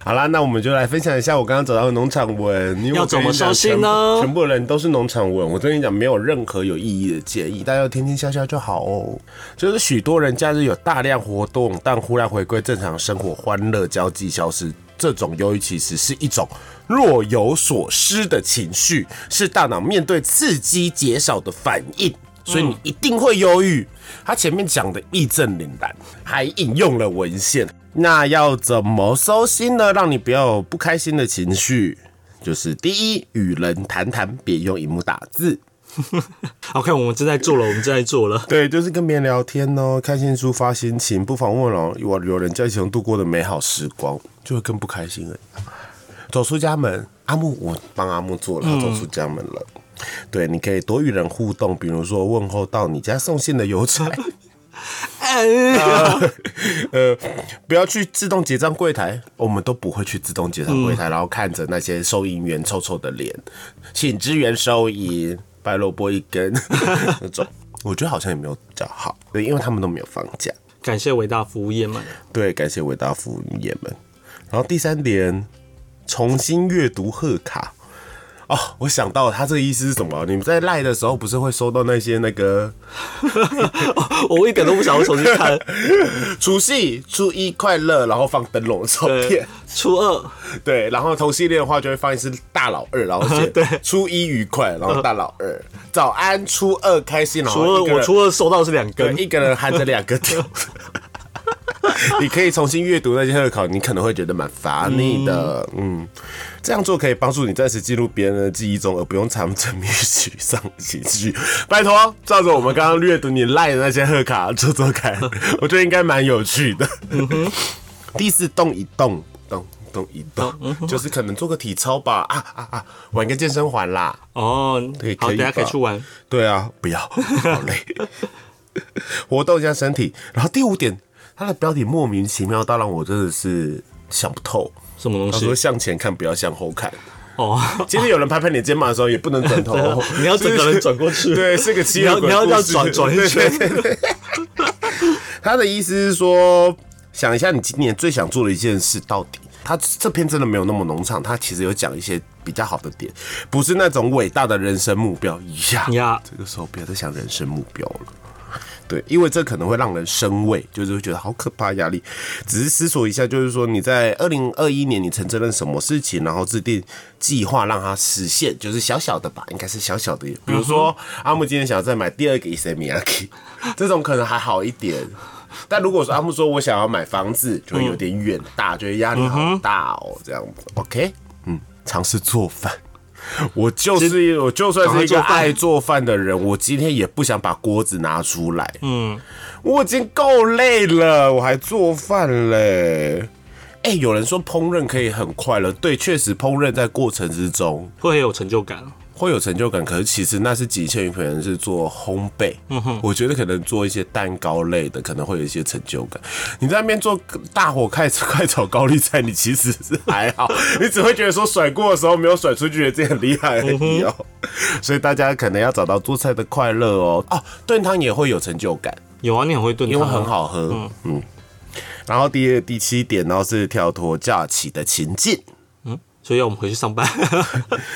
[SPEAKER 1] 好啦，那我们就来分享一下我刚刚找到的农场文，因为
[SPEAKER 2] 要
[SPEAKER 1] 我跟
[SPEAKER 2] 怎么
[SPEAKER 1] 你讲
[SPEAKER 2] 收心
[SPEAKER 1] 全部
[SPEAKER 2] 呢
[SPEAKER 1] 全部人都是农场文，我跟你讲，没有任何有意义的建议，大家天天笑笑就好哦。就是许多人假日有大量活动，但忽然回归正常生活，欢乐交际消失，这种忧郁其实是一种若有所失的情绪，是大脑面对刺激减少的反应。所以你一定会忧郁。他前面讲的义正凛然，还引用了文献。那要怎么收心呢？让你不要有不开心的情绪，就是第一，与人谈谈，别用荧幕打字。
[SPEAKER 2] OK，我们正在做了，我们正在做了。
[SPEAKER 1] 对，就是跟别人聊天哦，开心抒发心情，不妨问哦，我有人在一起度过的美好时光，就会更不开心了。走出家门，阿木，我帮阿木做了，他走出家门了。对，你可以多与人互动，比如说问候到你家送信的邮差，呃，不要去自动结账柜台，我们都不会去自动结账柜台，然后看着那些收银员臭臭的脸，请支援收银，白萝卜一根那种，我觉得好像也没有比较好，对，因为他们都没有放假。
[SPEAKER 2] 感谢伟大服务业们，
[SPEAKER 1] 对，感谢伟大服务业们。然后第三点，重新阅读贺卡。哦，我想到了他这个意思是什么？你们在赖的时候不是会收到那些那个
[SPEAKER 2] 我一点都不想要重新 看。
[SPEAKER 1] 除夕、初一快乐，然后放灯笼的照
[SPEAKER 2] 对
[SPEAKER 1] 片，，
[SPEAKER 2] 呃初二
[SPEAKER 1] 对，然后同系列的话就会放一次大老二，然后 写
[SPEAKER 2] 对
[SPEAKER 1] 初一愉快，然后大老二早安，初二开心，然
[SPEAKER 2] 除
[SPEAKER 1] 后
[SPEAKER 2] 了
[SPEAKER 1] 一个人
[SPEAKER 2] 我初二收到的是两
[SPEAKER 1] 对
[SPEAKER 2] 根，
[SPEAKER 1] 一个人含着两个头。你可以重新阅读那些贺考，你可能会觉得蛮乏腻的。嗯，这样做可以帮助你暂时进入别人的记忆中，而不用沉迷于沮丧情绪。 拜托，照着我们刚刚阅读你赖的那些贺卡做做看，我觉得应该蛮有趣的。第四动一动，动动一动，嗯就是可能做个体操吧，啊啊啊，玩个健身环啦。
[SPEAKER 2] 哦，
[SPEAKER 1] 对
[SPEAKER 2] 好，
[SPEAKER 1] 可以
[SPEAKER 2] 等下可以
[SPEAKER 1] 吧
[SPEAKER 2] 去玩。
[SPEAKER 1] 对啊，不 要，好累。活动一下身体，然后第五点，它的标题莫名其妙到让我真的是想不透。
[SPEAKER 2] 什么东
[SPEAKER 1] 他说
[SPEAKER 2] 西？
[SPEAKER 1] 向前看，不要向后看。
[SPEAKER 2] 哦， ，
[SPEAKER 1] 今天有人拍拍你肩膀的时候，也不能转头
[SPEAKER 2] 你要整个人转过去
[SPEAKER 1] 对，是个七人鬼
[SPEAKER 2] 你要你要
[SPEAKER 1] 故事
[SPEAKER 2] 这样转转一圈。
[SPEAKER 1] 对对对对他的意思是说，想一下你今年最想做的一件事到底。他这篇真的没有那么农场，他其实有讲一些比较好的点，不是那种伟大的人生目标一下。
[SPEAKER 2] 呀
[SPEAKER 1] 这个时候不要再想人生目标了。对，因为这可能会让人生畏，就是会觉得好可怕压力。只是思索一下，就是说你在二零二一年你曾经认什么事情，然后制定计划让它实现，就是小小的吧，应该是小小的。比如说，阿木今天想要再买第二个 Isamiaki，这种可能还好一点。但如果说阿木说我想要买房子，就会有点远大，就会压力好大哦，这样子。OK，嗯，尝试做饭。我就是我就算是一个
[SPEAKER 2] 赶快做饭
[SPEAKER 1] 爱做饭的人，我今天也不想把锅子拿出来。嗯，我已经够累了，我还做饭嘞。哎、有人说烹饪可以很快乐，对，确实烹饪在过程之中
[SPEAKER 2] 会很有成就感。
[SPEAKER 1] 会有成就感，可是其实那是仅限于可能是做烘焙。嗯哼，我觉得可能做一些蛋糕类的，可能会有一些成就感。你在那边做大火快快炒高丽菜，你其实是还 好，你只会觉得说甩锅的时候没有甩出去，觉得自己很厉害而已哦。 所以大家可能要找到做菜的快乐哦。哦，炖汤也会有成就感。
[SPEAKER 2] 有啊，你很会炖
[SPEAKER 1] 因
[SPEAKER 2] 汤
[SPEAKER 1] 为
[SPEAKER 2] 啊，
[SPEAKER 1] 很好喝。嗯然后第二第七点，然后是跳脱假期的情境。
[SPEAKER 2] 所以要我们回去 上班。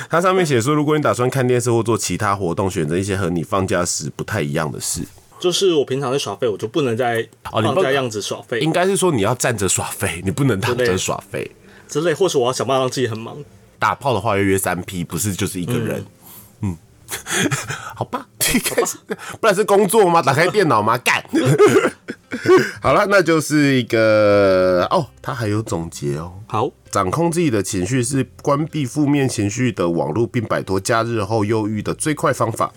[SPEAKER 1] 它上面写说，如果你打算看电视或做其他活动，选择一些和你放假时不太一样的事，
[SPEAKER 2] 就是我平常在耍废，我就不能再
[SPEAKER 1] 哦你不
[SPEAKER 2] 放假样子耍废
[SPEAKER 1] 应该是说你要站着耍废，你不能躺
[SPEAKER 2] 之类
[SPEAKER 1] 着
[SPEAKER 2] 的
[SPEAKER 1] 耍废。
[SPEAKER 2] 之类，或是我要想办法让自己很忙。
[SPEAKER 1] 打炮的话要约三 P，不是就是一个人。嗯 好吧，应该是不然是工作吗？打开电脑吗？干。 好了，那就是一个哦，它还有总结哦。
[SPEAKER 2] 好，
[SPEAKER 1] 掌控自己的情绪是关闭负面情绪的网络，并摆脱假日后忧郁的最快方法。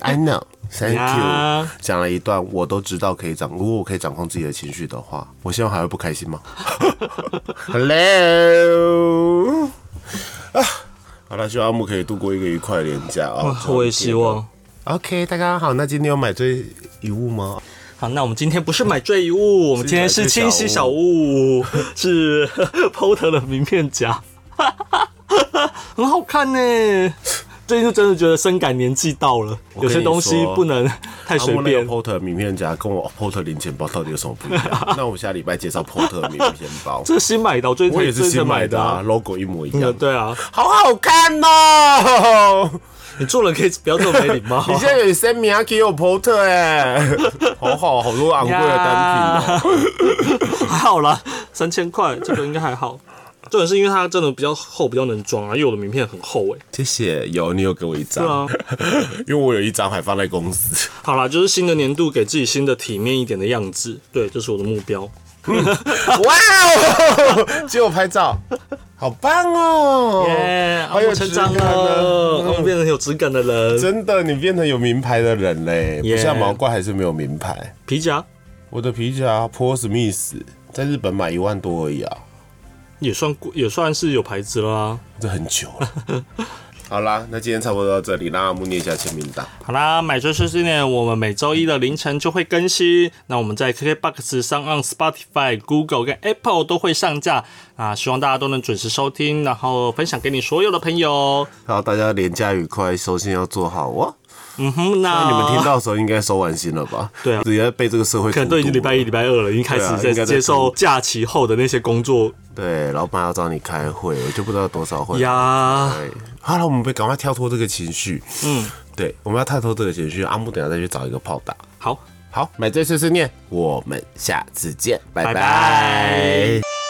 [SPEAKER 1] I know, thank you
[SPEAKER 2] Yeah。
[SPEAKER 1] 讲了一段，我都知道可以掌。如果我可以掌控自己的情绪的话，我现在还会不开 心吗？Hello，啊，好了，希望阿木可以度过一个愉快的年假啊！
[SPEAKER 2] 我也希望。
[SPEAKER 1] OK，大家好，那今天有买这礼物吗？
[SPEAKER 2] 好，那我们今天不是买赘物，我们今天是清洗小物，是 Porter 的名片夹，很好看呢。最近就真的觉得深感年纪到了，
[SPEAKER 1] 跟
[SPEAKER 2] 有
[SPEAKER 1] 你
[SPEAKER 2] 些东西
[SPEAKER 1] 说
[SPEAKER 2] 不能太
[SPEAKER 1] 阿
[SPEAKER 2] 随
[SPEAKER 1] 莫那
[SPEAKER 2] 便
[SPEAKER 1] 个。Porter 名片夹跟我 Porter 零钱包到底有什么不一样？ 那我们下礼拜介绍 Porter 名片包，
[SPEAKER 2] 这是新买的，我最近
[SPEAKER 1] 我也
[SPEAKER 2] 最
[SPEAKER 1] 是
[SPEAKER 2] 近
[SPEAKER 1] 新买的
[SPEAKER 2] 的
[SPEAKER 1] 啊。，logo 一模一样
[SPEAKER 2] 嗯，。对啊，
[SPEAKER 1] 好好看哦！
[SPEAKER 2] 你做人可以不要这么没礼 貌。
[SPEAKER 1] 你现在有三名给我 Porter 哎、好好，好多昂贵的单品哦、
[SPEAKER 2] 品、还好啦，三千块这个应该还好。重点是因为它真的比较厚，比较能装啊，因为我的名片很厚哎、
[SPEAKER 1] 谢谢，有你有给我一张，
[SPEAKER 2] 对啊
[SPEAKER 1] 因为我有一张还放在公 司。
[SPEAKER 2] 好啦，就是新的年度给自己新的体面一点的样子，对，这是我的目标。
[SPEAKER 1] 哇 哦！借我拍照，好棒哦！
[SPEAKER 2] 耶，
[SPEAKER 1] 好
[SPEAKER 2] 我
[SPEAKER 1] 有
[SPEAKER 2] 们成长
[SPEAKER 1] 质感啊
[SPEAKER 2] 了，哦我们变成很有质感的 人。
[SPEAKER 1] 真的，你变成有名牌的人嘞不
[SPEAKER 2] Yeah
[SPEAKER 1] 像毛怪还是没有名牌。
[SPEAKER 2] 皮夹
[SPEAKER 1] 我的皮夹 Paul Smith 在日本买一万多而已啊，
[SPEAKER 2] 也算贵也算是有牌子了啊。
[SPEAKER 1] 这很久 了。好啦，那今天差不多到这里，让阿木念一下签名档。
[SPEAKER 2] 好啦，买醉碎碎念，我们每周一的凌晨就会更新。那我们在 KKBOX 上、on Spotify、Google 跟 Apple 都会上架啊，希望大家都能准时收听，然后分享给你所有的朋友。
[SPEAKER 1] 好，大家廉价愉快，收心要做好哦。
[SPEAKER 2] 嗯哼，那
[SPEAKER 1] 那你们听到的时候应该收完心了吧？
[SPEAKER 2] 对啊
[SPEAKER 1] 直接被这个社会
[SPEAKER 2] 可能都已经礼拜一、礼拜二了，已经开
[SPEAKER 1] 对
[SPEAKER 2] 始
[SPEAKER 1] 啊
[SPEAKER 2] 在
[SPEAKER 1] 应该在
[SPEAKER 2] 接受假期后的那些工作
[SPEAKER 1] 对，老板要找你开会，我就不知道多少会。
[SPEAKER 2] 呀。
[SPEAKER 1] 对，好了，我们赶快跳脱这个情绪。嗯，对，我们要跳脱这个情绪。阿木等一下再去找一个炮打。
[SPEAKER 2] 好。
[SPEAKER 1] 好，买醉碎碎念，我们下次见，拜
[SPEAKER 2] 拜
[SPEAKER 1] 拜
[SPEAKER 2] 拜